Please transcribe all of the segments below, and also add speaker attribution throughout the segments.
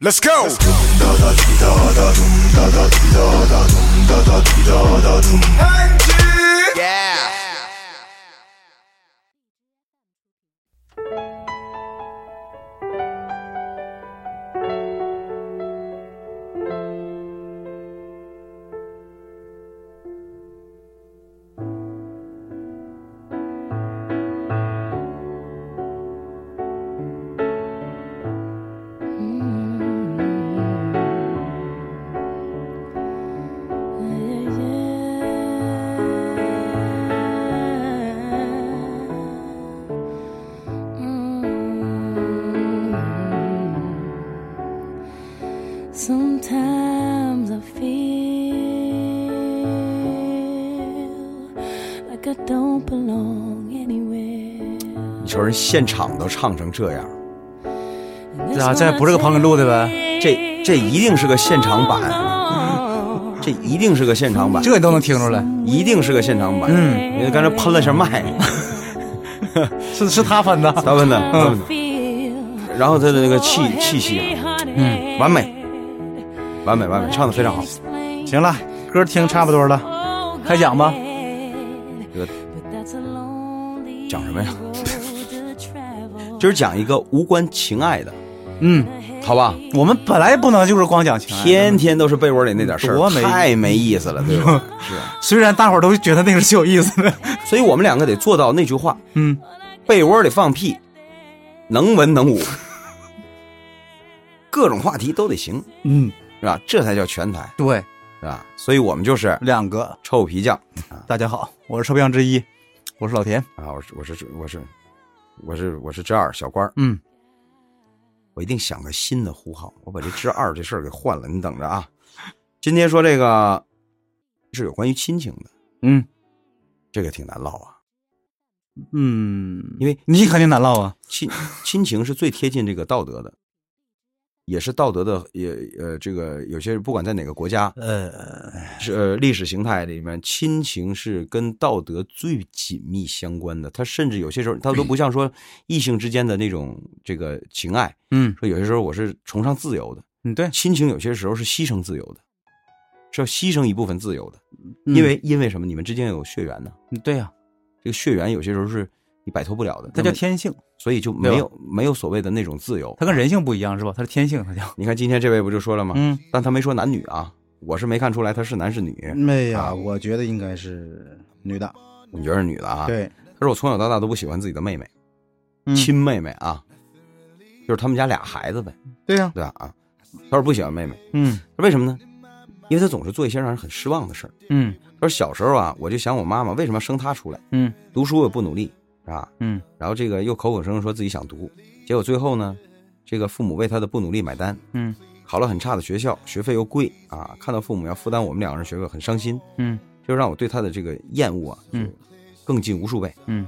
Speaker 1: Let's go. Yeah.
Speaker 2: 你说人现场都唱成这样，
Speaker 3: 对啊，这不是个朋友录的呗，
Speaker 2: 这这一定是个现场版，这一定是个现场版，
Speaker 3: 这你都能听出来，
Speaker 2: 一定是个现场版。
Speaker 3: 嗯，
Speaker 2: 你刚才喷了一下麦，
Speaker 3: 是是他分的， 嗯
Speaker 2: 他问的，他问的然后他的那个气气息啊
Speaker 3: 嗯，
Speaker 2: 完美，完美完美，唱的非常好。
Speaker 3: 行了，歌听差不多了，开讲吧。
Speaker 2: 这个讲什么呀？ 今儿讲一个无关情爱的，
Speaker 3: 嗯，
Speaker 2: 好吧？
Speaker 3: 我们本来不能就是光讲情爱，
Speaker 2: 天天都是被窝里那点事
Speaker 3: 多
Speaker 2: 儿，
Speaker 3: 没意思
Speaker 2: 太没意思了，对吧？是啊，
Speaker 3: 虽然大伙儿都觉得那个是有意思的，
Speaker 2: 所以我们两个得做到那句话：
Speaker 3: 嗯，
Speaker 2: 被窝里放屁，能文能武，各种话题都得行，
Speaker 3: 嗯，
Speaker 2: 是吧？这才叫全才，
Speaker 3: 对，
Speaker 2: 是吧？所以我们就是
Speaker 3: 两个。
Speaker 2: 臭皮匠
Speaker 3: 大家好，我是臭皮匠之一，我是老田。
Speaker 2: 啊！我是我是我是我是我是之二小官儿，
Speaker 3: 嗯，
Speaker 2: 我一定想个新的呼号，我把这之二这事儿给换了，你等着啊！今天说这个是有关于亲情的，
Speaker 3: 嗯
Speaker 2: 这个挺难唠啊，
Speaker 3: 嗯，
Speaker 2: 因为
Speaker 3: 你肯定难唠啊。
Speaker 2: 亲亲情是最贴近这个道德的，也是道德的，也呃，这个有些不管在哪个国家，
Speaker 3: 呃，
Speaker 2: 是、呃、历史形态里面，亲情是跟道德最紧密相关的。它甚至有些时候，它都不像说异性之间的那种这个情爱，
Speaker 3: 嗯，
Speaker 2: 说有些时候我是崇尚自由的，
Speaker 3: 嗯，对，
Speaker 2: 亲情有些时候是牺牲自由的，是要牺牲一部分自由的，因为、因为什么？你们之间有血缘呢，
Speaker 3: 嗯对呀，
Speaker 2: 这个血缘有些时候是你摆脱不了的，
Speaker 3: 它
Speaker 2: 那
Speaker 3: 叫
Speaker 2: 么
Speaker 3: 天性，
Speaker 2: 所以就没有没有所谓的那种自由。
Speaker 3: 它跟人性不一样是吧？它是天性，它叫。
Speaker 2: 你看今天这位不就说了吗？
Speaker 3: 嗯，
Speaker 2: 但他没说男女啊，我是没看出来他是男是女。
Speaker 4: 妹
Speaker 3: 啊
Speaker 4: 呀、我觉得应该是女的。
Speaker 2: 你觉得是女的啊？。
Speaker 4: 对，
Speaker 2: 他说我从小到大都不喜欢自己的妹妹，
Speaker 4: 嗯
Speaker 2: 亲妹妹啊，就是他们家俩孩子呗，
Speaker 4: 对呀、
Speaker 2: 对吧？啊，他说不喜欢妹妹，
Speaker 3: 嗯
Speaker 2: 他说为什么呢？因为他总是做一些让人很失望的事儿。
Speaker 3: 嗯
Speaker 2: 他说小时候啊，我就想我妈妈为什么要生她出来，
Speaker 3: 嗯
Speaker 2: 读书也不努力，是吧？
Speaker 3: 嗯
Speaker 2: 然后这个又口口声声说自己想读，结果最后呢，这个父母为他的不努力买单，
Speaker 3: 嗯
Speaker 2: 考了很差的学校，学费又贵啊，看到父母要负担我们两个人学费，很伤心，
Speaker 3: 嗯
Speaker 2: 就让我对他的这个厌恶啊，
Speaker 3: 嗯，
Speaker 2: 更进无数倍，
Speaker 3: 嗯，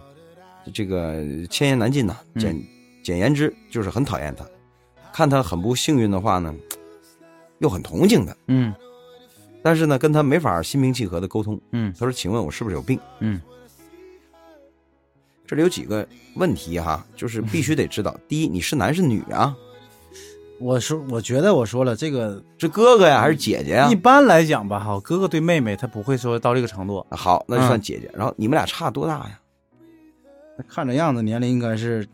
Speaker 2: 这个千言难尽呐、
Speaker 3: 嗯
Speaker 2: 简简言之就是很讨厌他，看他很不幸运的话呢，又很同情他，
Speaker 3: 嗯
Speaker 2: 但是呢，跟他没法心平气和的沟通。
Speaker 3: 嗯
Speaker 2: 他说：“请问我是不是有病？”
Speaker 3: 嗯
Speaker 2: 这里有几个问题哈，就是必须得知
Speaker 3: 嗯
Speaker 2: 道。第一，你是男是女啊？
Speaker 4: 我说，我觉得我说了这个，
Speaker 2: 是哥哥呀，哎还是姐啊姐呀
Speaker 3: 一？般来讲吧，哈，哥哥对妹妹他不会说到这个程度。
Speaker 2: 好，那就
Speaker 3: 嗯
Speaker 2: 算姐姐。然后你们俩差多大呀？
Speaker 4: 看着样子年龄应该是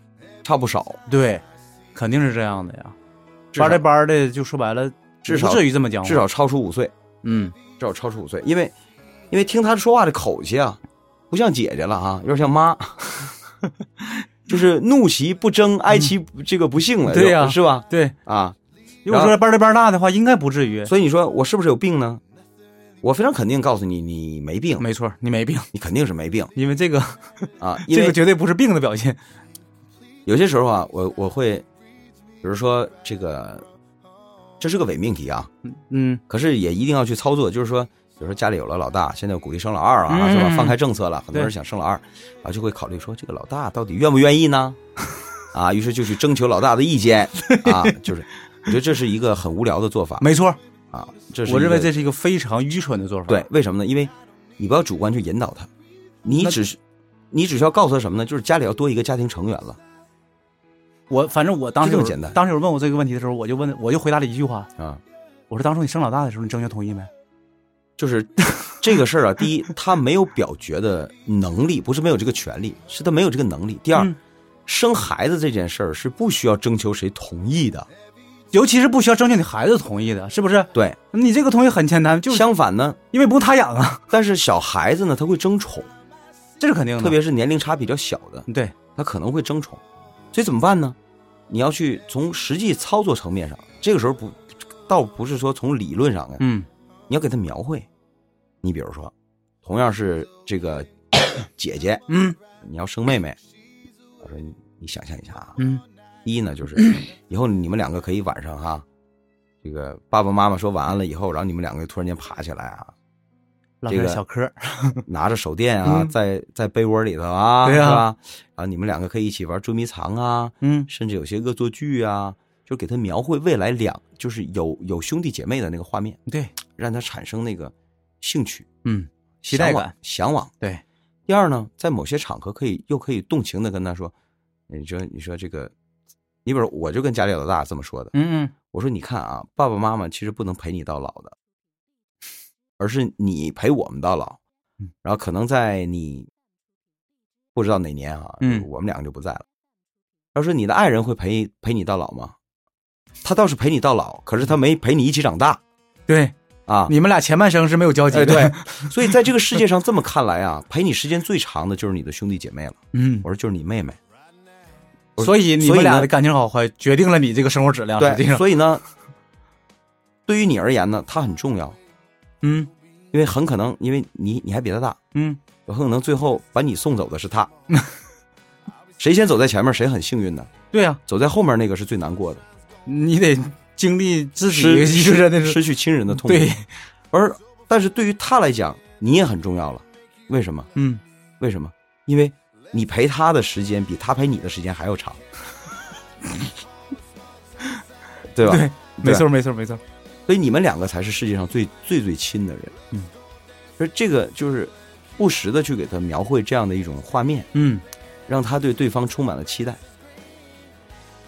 Speaker 2: 差不少，
Speaker 3: 对，肯定是这样的呀。
Speaker 2: 至少
Speaker 3: 班对班的，就说白了，
Speaker 2: 至少
Speaker 3: 不至于这么讲话。
Speaker 2: 至少超出五岁，
Speaker 3: 嗯
Speaker 2: 至少超出五岁。因为，因为听他说话的口气啊，不像姐姐了啊，有点像 妈，就是怒其不争，哀其不这个不幸了，
Speaker 3: 对呀
Speaker 2: 就是吧？
Speaker 3: 对，
Speaker 2: 啊，
Speaker 3: 如果
Speaker 2: 然
Speaker 3: 说
Speaker 2: 后
Speaker 3: 班对班大的话，应该不至于。
Speaker 2: 所以你说我是不是有病呢？我非常肯定告诉你，你没病，
Speaker 3: 没错，你没病，
Speaker 2: 你肯定是没病
Speaker 3: 因为这个
Speaker 2: 啊，因
Speaker 3: 这
Speaker 2: 为
Speaker 3: 个绝对不是病的表现。
Speaker 2: 有些时候啊，我我会，比如说这个，这是个伪命题啊，
Speaker 3: 嗯
Speaker 2: 可是也一定要去操作，就是说，比如说家里有了老大，现在鼓励生老二啊，
Speaker 3: 嗯
Speaker 2: 是吧？放开政策了，很多
Speaker 3: 对
Speaker 2: 人想生老二，然后就会考虑说，这个老大到底愿不愿意 呢？啊，于是就去征求老大的意见啊，就是我觉得这是一个很无聊的做法
Speaker 3: 没错，
Speaker 2: 啊，这是
Speaker 3: 我
Speaker 2: 一
Speaker 3: 认
Speaker 2: 个
Speaker 3: 为这是一个非常愚蠢的做法。
Speaker 2: 对，，为什么呢？因为你不要主观去引导他，你
Speaker 3: 那
Speaker 2: 只是你只需要告诉他什么呢？就是家里要多一个家庭成员了，
Speaker 3: 我反正我当时
Speaker 2: 就这
Speaker 3: 有
Speaker 2: 么简单
Speaker 3: 当时有人问我这个问题的时候，我就问，我就回答了一句话，
Speaker 2: 啊，
Speaker 3: 我说当初你生老大的时候，你征求同意没？
Speaker 2: 就是这个事儿啊。第一，他没有表决的能力，不是没有这个权利，是他没有这个能力。第二，
Speaker 3: 嗯
Speaker 2: 生孩子这件事儿是不需要征求谁同意的。
Speaker 3: 尤其是不需要征求你孩子同意的，是不是？
Speaker 2: 对，
Speaker 3: 你这个同意很简单，就是
Speaker 2: 相反呢，
Speaker 3: 因为不用他养啊，
Speaker 2: 但是小孩子呢，他会争宠，
Speaker 3: 这是肯定的。
Speaker 2: 特别是年龄差比较小的，
Speaker 3: 对，
Speaker 2: 他可能会争宠，所以怎么办呢？你要去从实际操作层面上，这个时候不，倒不是说从理论上啊，
Speaker 3: 嗯
Speaker 2: 你要给他描绘。你比如说，同样是这个 姐姐，
Speaker 3: 嗯
Speaker 2: 你要生妹妹，我说你你想象一下啊，
Speaker 3: 嗯
Speaker 2: 第一呢就是以后你们两个可以晚上哈、这个爸爸妈妈说晚安了以后，然后你们两个突然间爬起来啊，
Speaker 3: 老
Speaker 2: 这
Speaker 3: 师
Speaker 2: 个
Speaker 3: 小柯，
Speaker 2: 拿着手电啊，
Speaker 3: 嗯
Speaker 2: 在在被窝里头啊，
Speaker 3: 对啊
Speaker 2: 是吧？然后你们两个可以一起玩捉迷藏啊，
Speaker 3: 嗯
Speaker 2: 甚至有些恶作剧啊，就给他描绘未来两就是有有兄弟姐妹的那个画面，
Speaker 3: 对，
Speaker 2: 让他产生那个兴趣、
Speaker 3: 嗯，期待感，
Speaker 2: 向往、向往。
Speaker 3: 对，
Speaker 2: 第二呢，在某些场合可以又可以动情的跟他说，你说你说这个，你比如我就跟家里老大这么说的，
Speaker 3: 嗯嗯，
Speaker 2: 我说你看啊，爸爸妈妈其实不能陪你到老的，而是你陪我们到老
Speaker 3: 嗯。
Speaker 2: 然后可能在你不知道哪年啊，
Speaker 3: 嗯
Speaker 2: 我们两个就不在了。他说你的爱人会陪陪你到老吗？他倒是陪你到老，可是他没陪你一起长大
Speaker 3: 对，
Speaker 2: 啊。
Speaker 3: 你们俩前半生是没有交集
Speaker 2: 哎，
Speaker 3: 的，
Speaker 2: 对，所以在这个世界上这么看来啊， 陪你时间最长的就是你的兄弟姐妹了。
Speaker 3: 嗯
Speaker 2: 我，说就是你妹妹。我
Speaker 3: 所以你们
Speaker 2: 所以
Speaker 3: 俩
Speaker 2: 呢
Speaker 3: 的感情好坏决定了啊你这个生活质量，实际
Speaker 2: 对，
Speaker 3: 上，
Speaker 2: 所以呢，对于你而言呢，她很重要。
Speaker 3: 嗯
Speaker 2: 因为很可能因为你你还比他大，
Speaker 3: 嗯，
Speaker 2: 有很可能最后把你送走的是 他。谁先走在前面，谁很幸运呢？
Speaker 3: 对呀，
Speaker 2: 走在后面那个是最难过的，
Speaker 3: 你得经历自己
Speaker 2: 失
Speaker 3: 一个人的
Speaker 2: 失失去亲人的痛苦。
Speaker 3: 对，
Speaker 2: 而但是对于他来讲，你也很重要了。为什么？
Speaker 3: 嗯，
Speaker 2: 为什么？因为你陪他的时间比他陪你的时间还要长，对啊吧？
Speaker 3: 对，没错没错没错，
Speaker 2: 所以你们两个才是世界上最最最亲的人。
Speaker 3: 嗯，
Speaker 2: 所以这个就是不时的去给他描绘这样的一种画面。
Speaker 3: 嗯，
Speaker 2: 让他对对方充满了期待。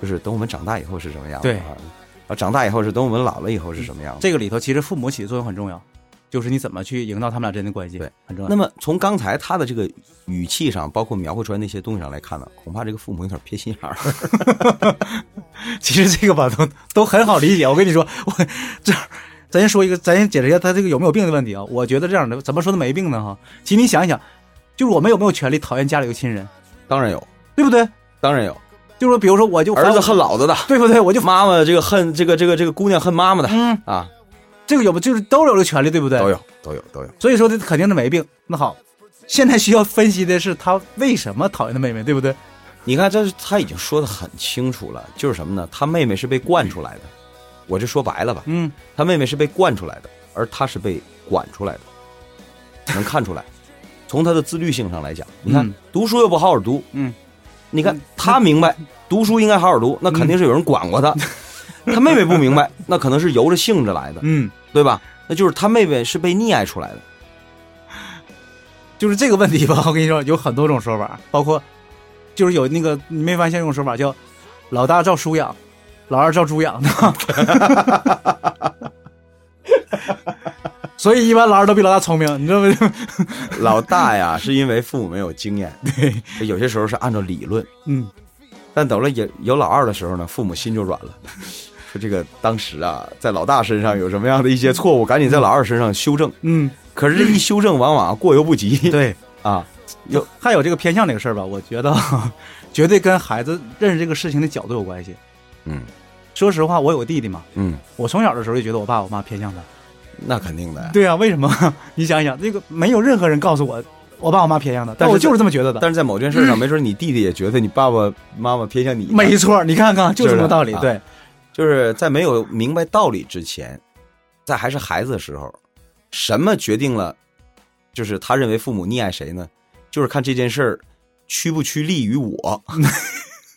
Speaker 2: 就是等我们长大以后是什么样子
Speaker 3: 对
Speaker 2: 啊？啊，长大以后是等我们老了以后是什么样子？
Speaker 3: 这个里头其实父母起作用很重要，就是你怎么去营造他们俩之间的关系，
Speaker 2: 对，
Speaker 3: 很重要。
Speaker 2: 啊那么从刚才他的这个语气上，包括描绘出来那些东西上来看呢，恐怕这个父母有点偏心眼儿。
Speaker 3: 其实这个吧，都都很好理解。我跟你说，我这咱先说一个，咱先解释一下他这个有没有病的问题啊。我觉得这样的，怎么说他没病呢？哈，其实你想一想，就是我们有没有权利讨厌家里有亲人，
Speaker 2: 当然有，
Speaker 3: 对不对？
Speaker 2: 当然有，
Speaker 3: 就是说，比如说，我就
Speaker 2: 儿子，恨老子的，
Speaker 3: 对不对？我就
Speaker 2: 妈妈这个恨这个这个这个姑娘恨妈妈的
Speaker 3: 嗯，
Speaker 2: 啊，
Speaker 3: 这个有没就是都有这个权利，对不对？
Speaker 2: 都。有都有都有。
Speaker 3: 所以说，他肯定是没病。那好，现在需要分析的是他为什么讨厌他妹妹，对不对？
Speaker 2: 你看，这是他已经说的很清楚了，就是什么呢？他妹妹是被惯出来的，我就说白了吧，
Speaker 3: 嗯，
Speaker 2: 他妹妹是被惯出来的，而他是被管出来的，能看出来。从他的自律性上来讲，你看、
Speaker 3: 嗯
Speaker 2: 读书又不好好读，
Speaker 3: 嗯，
Speaker 2: 你看他明白读书应该好好读，那肯定是有人管过他。他妹妹不明 白，那可能是由着性子来的，
Speaker 3: 嗯，
Speaker 2: 对吧？那就是他妹妹是被溺爱出来的。
Speaker 3: 就是这个问题吧。我 跟你说，有很多种说法，包括就是有那个你没发现有种说法叫“老大照书养，老二照猪 养”所以一般老二都比老大聪明，你知道吗？
Speaker 2: 老大呀，是因为父母没有经验，对， 有些时候是按照理论，
Speaker 3: 嗯，
Speaker 2: 但等了有有老二的时候呢，父母心就软了， 说这个当时啊，在老大身上有什么样的一些错误，赶紧在老二身上修正。
Speaker 3: 嗯，
Speaker 2: 可是这一修正往往过犹不及。
Speaker 3: 对。
Speaker 2: 啊，
Speaker 3: 有还有这个偏向这个事儿吧，我觉得 绝对跟孩子认识这个事情的角度有关系。
Speaker 2: 嗯
Speaker 3: 说实话，我有个弟弟嘛，
Speaker 2: 嗯，
Speaker 3: 我从小的时候就觉得我爸我妈偏向他。
Speaker 2: 那肯定的。
Speaker 3: 对啊，为什么？ 你想一想，那个没有任何人告诉我我爸我妈偏向他，
Speaker 2: 但
Speaker 3: 但
Speaker 2: 是
Speaker 3: 我就是这么觉得的。
Speaker 2: 但是在某件事上，没准你弟弟也觉得你爸爸妈妈偏向你。
Speaker 3: 没，错，你看看，就这
Speaker 2: 是
Speaker 3: 么
Speaker 2: 的
Speaker 3: 个道理。
Speaker 2: 啊
Speaker 3: 对，
Speaker 2: 就是在没有明白道理之前，在还是孩子的时候，什么决定了，就是他认为父母溺爱谁呢？就是看这件事儿趋不趋利于 我，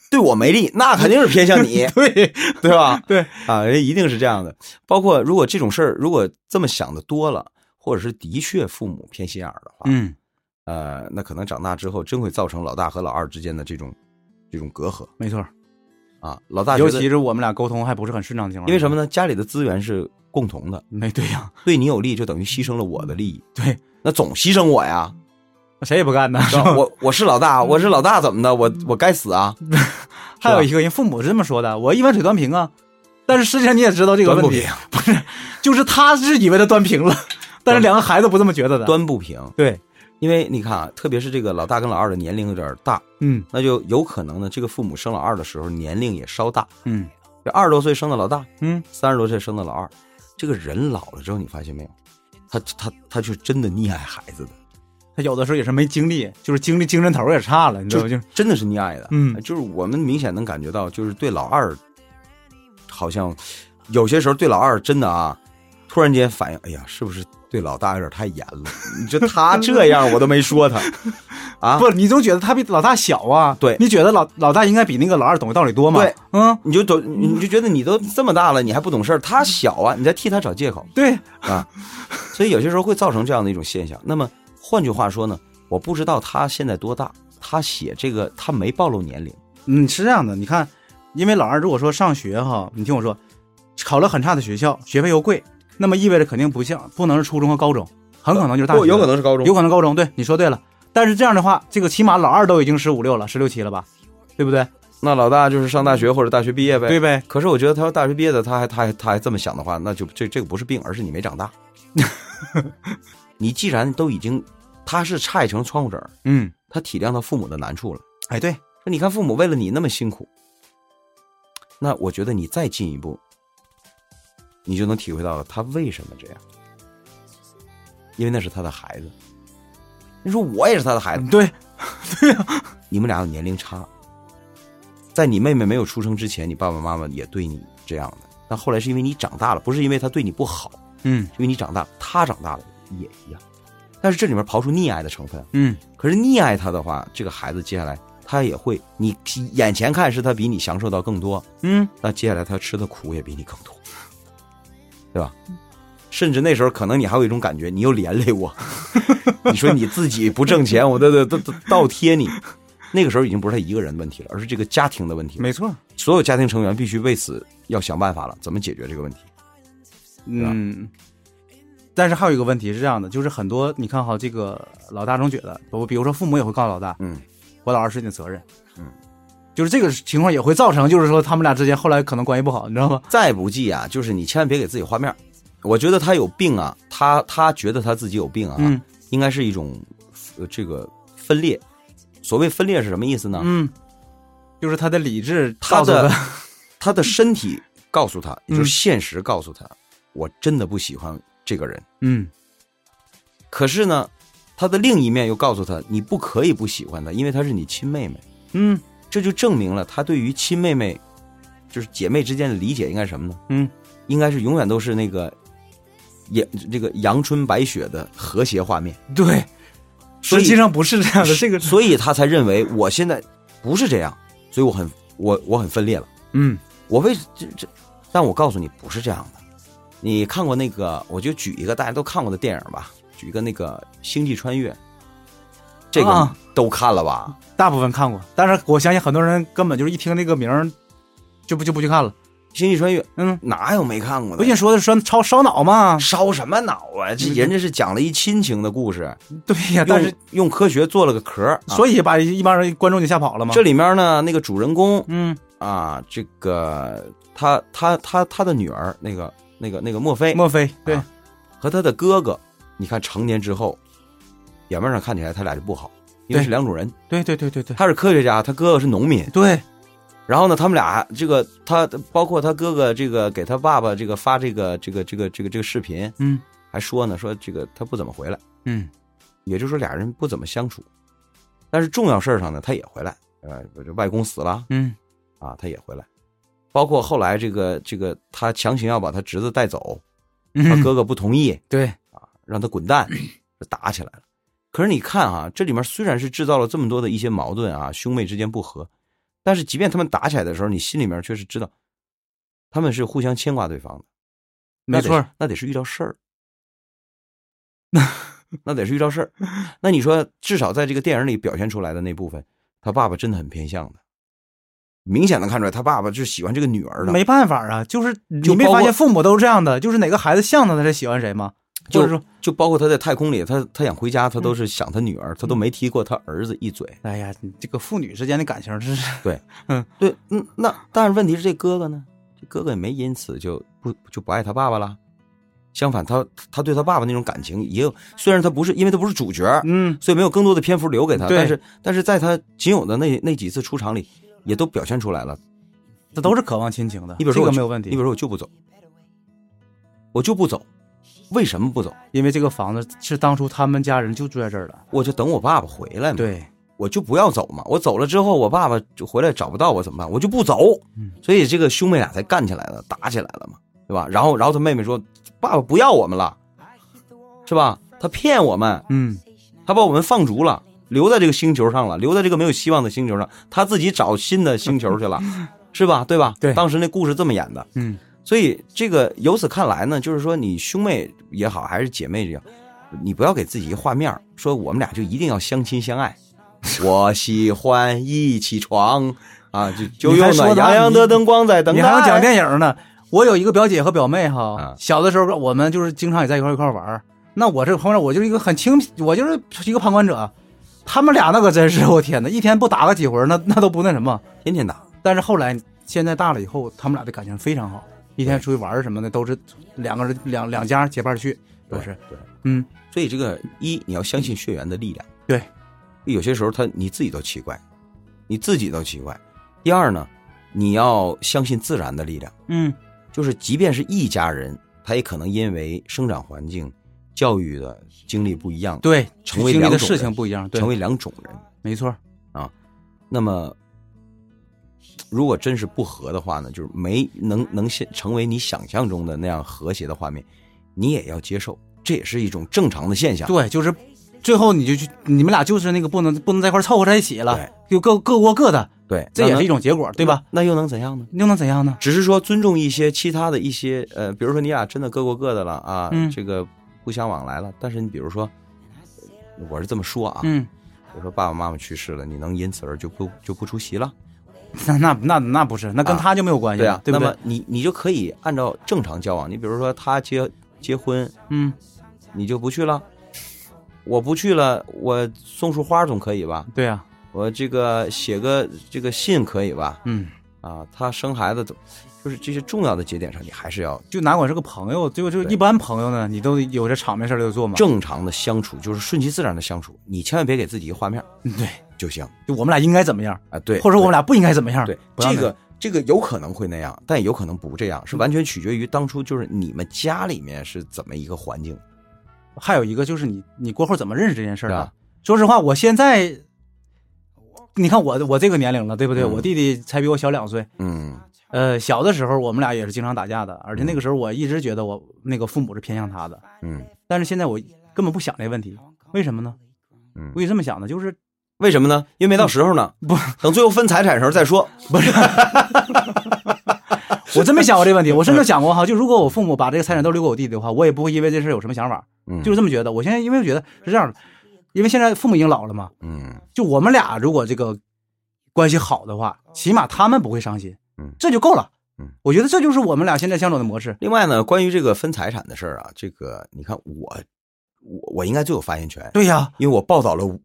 Speaker 2: 对我没利，那肯定是偏向你。
Speaker 3: 对，
Speaker 2: 对吧？
Speaker 3: 对
Speaker 2: 啊，人一定是这样的。包括如果这种事儿，如果这么想的多了，或者是的确父母偏心眼儿的话，
Speaker 3: 嗯，
Speaker 2: 呃，那可能长大之后真会造成老大和老二之间的这种这种隔阂
Speaker 3: 没错。
Speaker 2: 啊。老大觉
Speaker 3: 尤
Speaker 2: 得，
Speaker 3: 其是我们俩沟通还不是很顺畅的情况下，
Speaker 2: 因为什么呢？家里的资源是共同的，
Speaker 3: 没对呀、
Speaker 2: 对你有利就等于牺牲了我的利益，
Speaker 3: 对，
Speaker 2: 那总牺牲我呀。
Speaker 3: 谁也不干呢。
Speaker 2: 是 吧我我是老大，我是老大怎么的？我我该死啊！
Speaker 3: 还有一个人父母是这么说的，我一碗水端平啊。但是实际上你也知道这个
Speaker 2: 端
Speaker 3: 问
Speaker 2: 不
Speaker 3: 题
Speaker 2: 平，，
Speaker 3: 就是他是以为他端平了，但是两个孩子不这么觉得的。
Speaker 2: 端不平。
Speaker 3: 对，
Speaker 2: 因为你看啊，特别是这个老大跟老二的年龄有点大，
Speaker 3: 嗯
Speaker 2: 那就有可能呢，这个父母生老二的时候年龄也稍大，
Speaker 3: 嗯
Speaker 2: 这二十多岁生的老大，
Speaker 3: 嗯，
Speaker 2: 三十多岁生的老二，这个人老了之后，你发现没有？他他他就真的溺爱孩子的，
Speaker 3: 他有的时候也是没精力，就是精力精神头儿也差了，你知道
Speaker 2: 就
Speaker 3: 吗？就是
Speaker 2: 真的是溺爱的。
Speaker 3: 嗯
Speaker 2: 就是我们明显能感觉到，就是对老二，好像有些时候对老二真的啊，突然间反应，哎呀，是不是对老大有点太严了？你说他这样，我都没说 他啊，
Speaker 3: 不，你总觉得他比老大小啊？
Speaker 2: 对
Speaker 3: 你觉得老老大应该比那个老二懂道理多嘛？
Speaker 2: 对，
Speaker 3: 嗯，
Speaker 2: 你就都你就觉得你都这么大了，你还不懂事儿，他小啊，你在替他找借口。
Speaker 3: 对，
Speaker 2: 所以有些时候会造成这样的一种现象。那么换句话说呢，我不知道他现在多大，他写这个他没暴露年龄，
Speaker 3: 嗯，是这样的，你看，因为老二如果说上学哈，你听我说，考了很差的学校，学费又贵，那么意味着肯定不像不能是初中和高中，很可能就是大学了，
Speaker 2: 能是高
Speaker 3: 有可能高中。对，你说对了。但是这样的话，这个起码老二都已经十五六了，十六七了吧，对不对？
Speaker 2: 那老大就是上大学或者大学毕业呗。
Speaker 3: 对。呗？
Speaker 2: 可是我觉得他要大学毕业的，他还他还他还这么想的话，那就这这个不是病，而是你没长大。你既然都已经，他是差一层窗户纸儿，
Speaker 3: 嗯，
Speaker 2: 他体谅他父母的难处了。
Speaker 3: 哎，对，
Speaker 2: 那你看父母为了你那么辛苦，那我觉得你再进一步，你就能体会到了他为什么这样，因为那是他的孩子。你说我也是他的孩子，
Speaker 3: 对，
Speaker 2: 你们俩有年龄差，在你妹妹没有出生之前，你爸爸妈妈也对你这样的，但后来是因为你长大了，不是因为他对你不好，
Speaker 3: 嗯
Speaker 2: 因为你长大了，他长大了也一样。但是这里面刨出溺爱的成分，
Speaker 3: 嗯，
Speaker 2: 可是溺爱他的话，这个孩子接下来他也会，你眼前看是他比你享受到更多，
Speaker 3: 嗯，
Speaker 2: 那接下来他吃的苦也比你更多，对吧？甚至那时候可能你还有一种感觉，你又连累我，你说你自己不挣钱，我都都都倒贴你。那个时候已经不是他一个人的问题了，而是这个家庭的问题了。
Speaker 3: 没错，
Speaker 2: 所有家庭成员必须为此要想办法了，怎么解决这个问题？
Speaker 3: 嗯。但是还有一个问题是这样的，就是很多你看哈，这个老大总觉得，我比如说父母也会告诉老大，
Speaker 2: 嗯，
Speaker 3: 我老二是你的责任。
Speaker 2: 嗯，
Speaker 3: 就是这个情况也会造成，就是说他们俩之间后来可能关系不好，你知道吗？
Speaker 2: 再不济啊，就是你千万别给自己画面儿。我觉得他有病啊，他他觉得他自己有病啊，
Speaker 3: 嗯
Speaker 2: 应该是一种呃这个分裂。所谓分裂是什么意思呢？
Speaker 3: 嗯，就是他的理智
Speaker 2: 他
Speaker 3: 告诉
Speaker 2: 的
Speaker 3: 他，
Speaker 2: 他的身体告诉他，也就是
Speaker 3: 嗯
Speaker 2: 现实告诉他，我真的不喜欢这个人。
Speaker 3: 嗯
Speaker 2: 可是呢，他的另一面又告诉他，你不可以不喜欢他，因为她是你亲妹妹。
Speaker 3: 嗯
Speaker 2: 这就证明了他对于亲妹妹，就是姐妹之间的理解应该是什么呢？
Speaker 3: 嗯，
Speaker 2: 应该是永远都是那个，也这个阳春白雪的和谐画面。
Speaker 3: 对，
Speaker 2: 所以
Speaker 3: 实际上不是这样的，这个
Speaker 2: 所以他才认为我现在不是这样，所以我很我我很分裂了。
Speaker 3: 嗯
Speaker 2: 我为这这，但我告诉你不是这样的。你看过那个？我就举一个大家都看过的电影吧，举一个那个《星际穿越》，这个
Speaker 3: 啊
Speaker 2: 都看了吧？
Speaker 3: 大部分看过，但是我相信很多人根本就是一听这个名儿就不就不去看了。
Speaker 2: 星际穿越》
Speaker 3: 嗯，
Speaker 2: 哪有没看过
Speaker 3: 不
Speaker 2: 的？
Speaker 3: 信说的说烧烧脑嘛，
Speaker 2: 烧什么脑啊？这
Speaker 3: 嗯
Speaker 2: 人家是讲了一亲情的故事，
Speaker 3: 对呀，但是
Speaker 2: 用用科学做了个壳儿。啊
Speaker 3: 所以把一帮人观众就吓跑了嘛。
Speaker 2: 这里面呢，那个主人公
Speaker 3: 嗯，
Speaker 2: 啊，这个他他他他的女儿，那个那个那个墨菲
Speaker 3: 莫非对
Speaker 2: 啊和他的哥哥，你看成年之后，表面上看起来他俩就不好，因为
Speaker 3: 对
Speaker 2: 是两种人，
Speaker 3: 对对对对对
Speaker 2: 他是科学家，他哥哥是农民。
Speaker 3: 对，
Speaker 2: 然后呢，他们俩这个他包括他哥哥这个给他爸爸这个发这个这个这个这个这个视频，
Speaker 3: 嗯
Speaker 2: 还说呢说这个他不怎么回来。
Speaker 3: 嗯
Speaker 2: 也就是说俩人不怎么相处，但是重要事儿上呢，他也回来，呃，这外公死了
Speaker 3: 嗯
Speaker 2: 啊，他也回来，包括后来这个这个他强行要把他侄子带走，他
Speaker 3: 嗯，
Speaker 2: 哥哥不同意，
Speaker 3: 对，
Speaker 2: 让他滚蛋，就打起来了。可是你看啊，这里面虽然是制造了这么多的一些矛盾啊，兄妹之间不和，但是即便他们打起来的时候，你心里面却是知道，他们是互相牵挂对方的。
Speaker 3: 没错
Speaker 2: 那
Speaker 3: 儿，
Speaker 2: 得是，那得是遇到事儿，那得是遇到事 儿。那你说，至少在这个电影里表现出来的那部分，他爸爸真的很偏向的，明显能看出来，他爸爸就喜欢这个女儿的，
Speaker 3: 没办法啊，就是
Speaker 2: 就
Speaker 3: 你没
Speaker 2: 包括
Speaker 3: 发现父母都是这样的，就是哪个孩子像他，他才喜欢谁吗？
Speaker 2: 就
Speaker 3: 或者说，
Speaker 2: 就包括他在太空里，他他想回家，他都是想他女儿，他都没提过他儿子一嘴。
Speaker 3: 哎呀，你这个父女之间的感情真是
Speaker 2: 对，嗯，那但是问题是这哥哥呢？这哥哥也没因此就不就不爱他爸爸了。相反，他他对他爸爸那种感情也有，虽然他不是因为他不是主角，
Speaker 3: 嗯，
Speaker 2: 所以没有更多的篇幅留给他，
Speaker 3: 对
Speaker 2: 但是但是在他仅有的那那几次出场里，也都表现出来了。
Speaker 3: 这都是渴望亲情的，
Speaker 2: 你比如
Speaker 3: 这
Speaker 2: 说我
Speaker 3: 个
Speaker 2: 就
Speaker 3: 没有问题
Speaker 2: 你比，如说我就不走，我就不走，为什么不走？
Speaker 3: 因为这个房子是当初他们家人就住在这儿了。
Speaker 2: 我就等我爸爸回来嘛。
Speaker 3: 对，
Speaker 2: 我就不要走嘛。我走了之后，我爸爸就回来找不到我怎么办？我就不走。所以这个兄妹俩才干起来了，打起来了嘛，对吧？然后，然后他妹妹说：“爸爸不要我们了，是吧？他骗我们，
Speaker 3: 嗯，
Speaker 2: 他把我们放逐了，留在这个星球上了，留在这个没有希望的星球上，他自己找新的星球去 了，是吧？对吧？
Speaker 3: 对
Speaker 2: 当时那故事这么演的。
Speaker 3: 嗯，
Speaker 2: 所以这个由此看来呢，就是说你兄妹也好，还是姐妹也好，你不要给自己一个画面儿，说我们俩就一定要相亲相爱。我喜欢一起床啊，就就
Speaker 3: 你还
Speaker 2: 用
Speaker 3: 说
Speaker 2: 暖
Speaker 3: 呢
Speaker 2: 洋洋的灯光在等
Speaker 3: 你
Speaker 2: 待。
Speaker 3: 还要讲电影呢。我有一个表姐和表妹哈
Speaker 2: 啊，
Speaker 3: 小的时候我们就是经常也在一块儿一块儿玩儿。那我这个方面，我就是一个很清，我就是一个旁观者。他们俩那可真是，我天哪，一天不打个几回儿，那那都不那什么。
Speaker 2: 天天打，
Speaker 3: 但是后来现在大了以后，他们俩的感情非常好，一天出去玩儿什么的都是两个人两两家结伴去，都是
Speaker 2: 对。
Speaker 3: 嗯，
Speaker 2: 所以这个一你要相信血缘的力量，
Speaker 3: 对，
Speaker 2: 有些时候他你自己都奇怪，你自己都奇怪。第二呢，你要相信自然的力量，
Speaker 3: 嗯
Speaker 2: 就是即便是一家人，他也可能因为生长环境、教育的经历不一样，，
Speaker 3: 对，
Speaker 2: 成为
Speaker 3: 经历的
Speaker 2: 两种
Speaker 3: 事情
Speaker 2: 人
Speaker 3: 不一样，对
Speaker 2: 成，为两种人。
Speaker 3: 没错，
Speaker 2: 那么，如果真是不和的话呢，就是没能能现成为你想象中的那样和谐的画面，你也要接受，这也是一种正常的现象。
Speaker 3: 对，就是最后你就去，你们俩就是那个不能不能在一块儿凑合在一起了
Speaker 2: 对，
Speaker 3: 就各各过各的，
Speaker 2: 对，
Speaker 3: 这也是一
Speaker 2: 种
Speaker 3: 种结果，对吧？？
Speaker 2: 那又能怎样呢？
Speaker 3: 又能怎样呢？
Speaker 2: 只是说尊重一些其他的一些呃，比如说你俩真的各过各的了啊，
Speaker 3: 嗯
Speaker 2: 这个不相往来了。但是你比如说，呃我是这么说啊，
Speaker 3: 嗯，
Speaker 2: 比如说爸爸妈妈去世了，你能因此而就不就不出席了？
Speaker 3: 那那那那不是，那跟
Speaker 2: 啊
Speaker 3: 他就没有关系，
Speaker 2: 啊，
Speaker 3: 哎对
Speaker 2: 那
Speaker 3: 不对
Speaker 2: 么？你你就可以按照正常交往，你比如说他结结婚，
Speaker 3: 嗯，
Speaker 2: 你就不去了，我不去了，我送束花总可以吧？
Speaker 3: 对啊，
Speaker 2: 我这个写个这个信可以吧？
Speaker 3: 嗯，
Speaker 2: 啊，他生孩子怎么，就是这些重要的节点上，你还是要
Speaker 3: 就哪管是个朋友，就就
Speaker 2: 对
Speaker 3: 一般朋友呢，你都有这场面事儿就做嘛。
Speaker 2: 正常的相处，就是顺其自然的相处，你千万别给自己一个画面儿
Speaker 3: 嗯对，
Speaker 2: 就行
Speaker 3: 就我们俩应该怎么样，
Speaker 2: 啊。对，
Speaker 3: 或者说我们俩不应该怎么样，
Speaker 2: 对
Speaker 3: 不要
Speaker 2: 这
Speaker 3: 那
Speaker 2: 个这个有可能会那样，但也有可能不这样，是完全取决于当初就是你们家里面是怎么一个环境，
Speaker 3: 还有一个就是你你过后怎么认识这件事儿
Speaker 2: 是
Speaker 3: 啊
Speaker 2: 啊？
Speaker 3: 说实话，我现在，你看我我这个年龄了，对不对？
Speaker 2: 嗯
Speaker 3: 我弟弟才比我小两岁。
Speaker 2: 嗯
Speaker 3: 呃，小的时候我们俩也是经常打架的，而且那个时候我一直觉得我那个父母是偏向他的，
Speaker 2: 嗯
Speaker 3: 但是现在我根本不想这问题，为什么呢？
Speaker 2: 嗯
Speaker 3: 我，也这么想的，就是
Speaker 2: 为什么呢？因为没到时候呢，
Speaker 3: 不，
Speaker 2: 等最后分财产的时候再说。
Speaker 3: 我真没想过这个问题，我甚至想过哈，就如果我父母把这个财产都留给我弟弟的话，我也不会因为这事儿有什么想法，
Speaker 2: 嗯，
Speaker 3: 就是这么觉得。我现在因为觉得是这样的，因为现在父母已经老了嘛，
Speaker 2: 嗯
Speaker 3: 就我们俩如果这个关系好的话，起码他们不会伤心，
Speaker 2: 嗯
Speaker 3: 这就够了。
Speaker 2: 嗯，
Speaker 3: 我觉得这就是我们俩现在相处的模式。
Speaker 2: 另外呢，关于这个分财产的事儿啊，这个你看我我我应该最有发言权，
Speaker 3: 对呀，
Speaker 2: 因为我报道了五。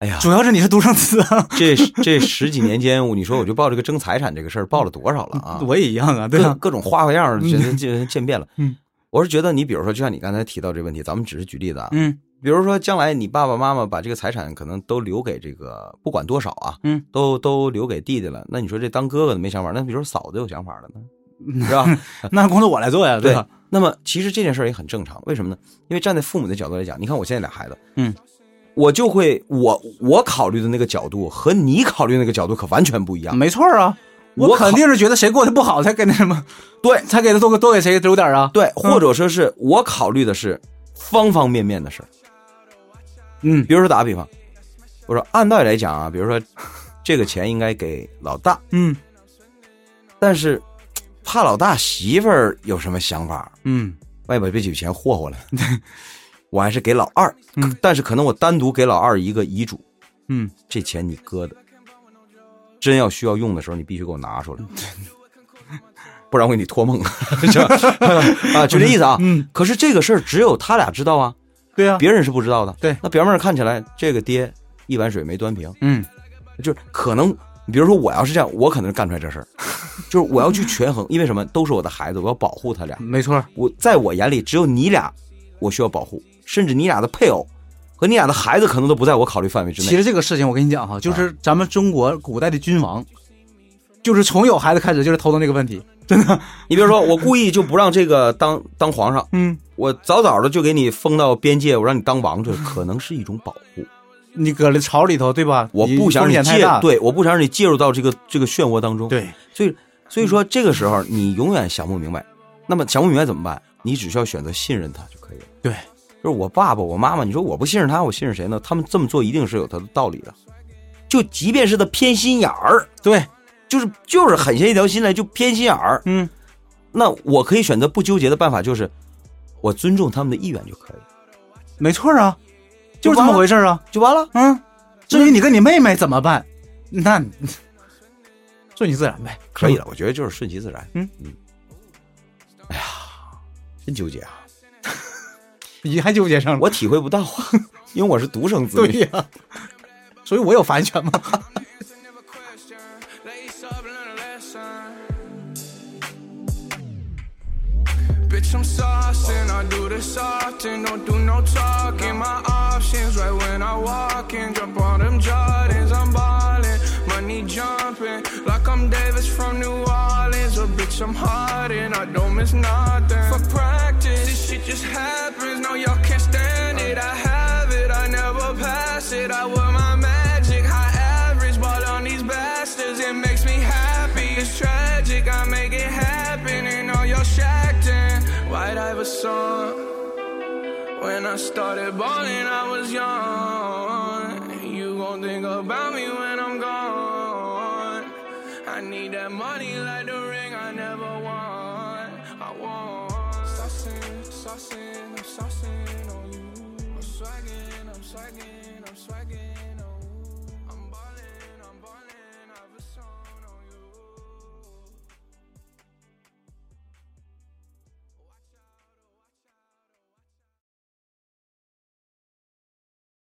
Speaker 2: 哎呀，
Speaker 3: 主要是你是独生子啊，
Speaker 2: 这这十几年间，我你说我就报这个争财产这个事儿报了多少了啊？
Speaker 3: 我也一样啊，对
Speaker 2: 各
Speaker 3: 吧？
Speaker 2: 各种花花样儿，见见见遍了。
Speaker 3: 嗯，
Speaker 2: 我是觉得你比如说，就像你刚才提到这问题，咱们只是举例子啊。
Speaker 3: 嗯
Speaker 2: 比如说，将来你爸爸妈妈把这个财产可能都留给这个，不管多少啊，
Speaker 3: 嗯，
Speaker 2: 都都留给弟弟了。那你说这当哥哥的没想法，那比如说嫂子有想法了呢， 是吧？
Speaker 3: 那工作我来做呀，
Speaker 2: 对
Speaker 3: 吧？。
Speaker 2: 那么其实这件事儿也很正常，为什么呢？因为站在父母的角度来讲，你看我现在俩孩子，
Speaker 3: 嗯，
Speaker 2: 我就会我我考虑的那个角度和你考虑的那个角度可完全不一样。
Speaker 3: 没错啊，
Speaker 2: 我
Speaker 3: 我肯
Speaker 2: 考
Speaker 3: 定是觉得谁过得不好才给那什么，
Speaker 2: 对
Speaker 3: 才给他多个多给谁留点儿啊。
Speaker 2: 对，或者说是我考虑的是方方面面的事儿。
Speaker 3: 嗯
Speaker 2: 比如说打个比方，我说按道理来讲啊，比 如说这个钱应该给老大，
Speaker 3: 嗯
Speaker 2: 但是怕老大媳妇儿有什么想法，
Speaker 3: 嗯，
Speaker 2: 万一把这笔钱霍 霍了，我还是给老二。
Speaker 3: 嗯
Speaker 2: 但是可能我单独给老二一个遗嘱，
Speaker 3: 嗯，
Speaker 2: 这钱你哥的，真要需要用的时候，你必须给我拿出来，
Speaker 3: 嗯
Speaker 2: 不然我给你托梦是吧啊！就这意思啊。
Speaker 3: 嗯，
Speaker 2: 可是这个事儿只有他俩知道啊，
Speaker 3: 对呀、
Speaker 2: 别人是不知道的。
Speaker 3: 对
Speaker 2: 那表面看起来这个爹一碗水没端平，
Speaker 3: 嗯，
Speaker 2: 就是可能，你比如说我要是这样，我可能干出来这事儿，就是我要去权衡，因为什么都是我的孩子，我要保护他俩。
Speaker 3: 没错，
Speaker 2: 我在我眼里，只有你俩我需要保护，甚至你俩的配偶和你俩的孩子可能都不在我考虑范围之啊
Speaker 3: 其
Speaker 2: 内。
Speaker 3: 实这个事情我跟你讲哈，就是咱们中国古代的君王，就是从有孩子开始就是头疼这个问题。
Speaker 2: 你比如说，我故意就不让这个当当皇上，
Speaker 3: 嗯，
Speaker 2: 我早早的就给你封到边界，我让你当王，这可能是一种保护。
Speaker 3: 你搁这朝里头对吧？
Speaker 2: 我不想
Speaker 3: 风
Speaker 2: 让
Speaker 3: 险
Speaker 2: 你
Speaker 3: 太
Speaker 2: 介
Speaker 3: 大。，
Speaker 2: 对，我不想让你介入到这个这个漩涡当中。，
Speaker 3: 对，
Speaker 2: 所以所以说这个时候你永远想不明白。那么想不明白怎么办？你只需要选择信任他就可以了。
Speaker 3: 对，
Speaker 2: 就是我爸爸、我妈妈，你说我不信任他，我信任谁呢？他们这么做一定是有他的道理的。就即便是他偏心眼儿，
Speaker 3: 对，
Speaker 2: 就是就是狠下一条心来就偏心眼儿，
Speaker 3: 嗯，
Speaker 2: 那我可以选择不纠结的办法，就是我尊重他们的意愿就可以了，
Speaker 3: 没错啊，就是这么回事啊。
Speaker 2: 就完了。
Speaker 3: 嗯，至于你跟你妹妹怎么办，那 你顺其自然呗，
Speaker 2: 可以了，我觉得就是顺其自然。
Speaker 3: 嗯
Speaker 2: 嗯，哎呀，真纠结啊！
Speaker 3: 你还纠结上了。
Speaker 2: 我体会不到啊，因为我是独生子女。
Speaker 3: 对呀、 所以我有发言权嘛。
Speaker 5: never question. Lace up, learn a lesson. Bitch, I'm saucing. I do this often. Don't do no talking. My options right when I walk in. Jump on them Jordans. I'm ballin'. Money jumping. Like I'm Davis from New Orleans. Or bitch, I'm hardened. I don't miss nothing. For practice, this shit just happens. No, y'all can't stand it. I have it. I never pass it. I wear my magic. High average. Ball on these bastards. It makes me happy. It's tragic. I make it happen. And all y'all shacked in. Why'd I have a song? When I started balling, I was young. You gon' think about me when I'm gone. I need that money like the ring I never won. I want. Saucing, saucing, I'm saucing on you. I'm swaggin', I'm swaggin', I'm swaggin'.